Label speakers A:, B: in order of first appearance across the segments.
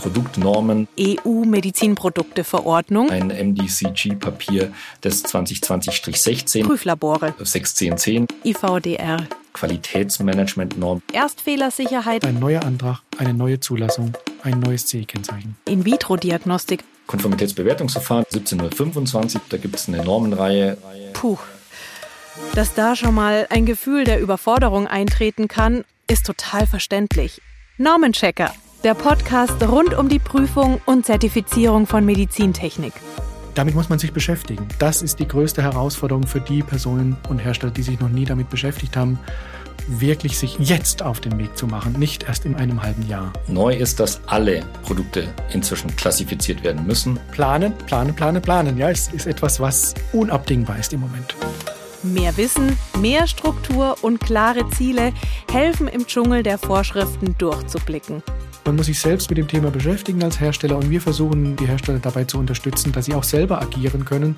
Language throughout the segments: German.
A: Produktnormen.
B: E EU-Medizinprodukteverordnung.
A: Ein MDCG-Papier des 2020-16.
B: Prüflabore.
A: 1610.
B: IVDR.
A: Qualitätsmanagementnorm.
B: Erstfehlersicherheit.
C: Ein neuer Antrag, eine neue Zulassung, ein neues CE-Kennzeichen.
B: In-vitro-Diagnostik.
A: Konformitätsbewertungsverfahren 17025. Da gibt es eine Normenreihe.
B: Puh. Dass da schon mal ein Gefühl der Überforderung eintreten kann, ist total verständlich. Normenchecker, der Podcast rund um die Prüfung und Zertifizierung von Medizintechnik.
C: Damit muss man sich beschäftigen. Das ist die größte Herausforderung für die Personen und Hersteller, die sich noch nie damit beschäftigt haben, wirklich sich jetzt auf den Weg zu machen, nicht erst in einem halben Jahr.
A: Neu ist, dass alle Produkte inzwischen klassifiziert werden müssen.
C: Planen, planen, planen, planen. Ja, es ist etwas, was unabdingbar ist im Moment.
B: Mehr Wissen, mehr Struktur und klare Ziele helfen im Dschungel der Vorschriften durchzublicken.
C: Man muss sich selbst mit dem Thema beschäftigen als Hersteller und wir versuchen, die Hersteller dabei zu unterstützen, dass sie auch selber agieren können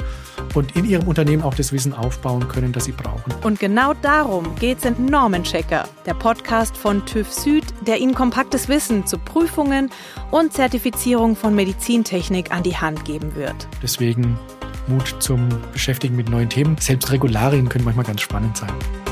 C: und in ihrem Unternehmen auch das Wissen aufbauen können, das sie brauchen.
B: Und genau darum geht's in Normenchecker, der Podcast von TÜV Süd, der Ihnen kompaktes Wissen zu Prüfungen und Zertifizierung von Medizintechnik an die Hand geben wird.
C: Deswegen Mut zum Beschäftigen mit neuen Themen. Selbst Regularien können manchmal ganz spannend sein.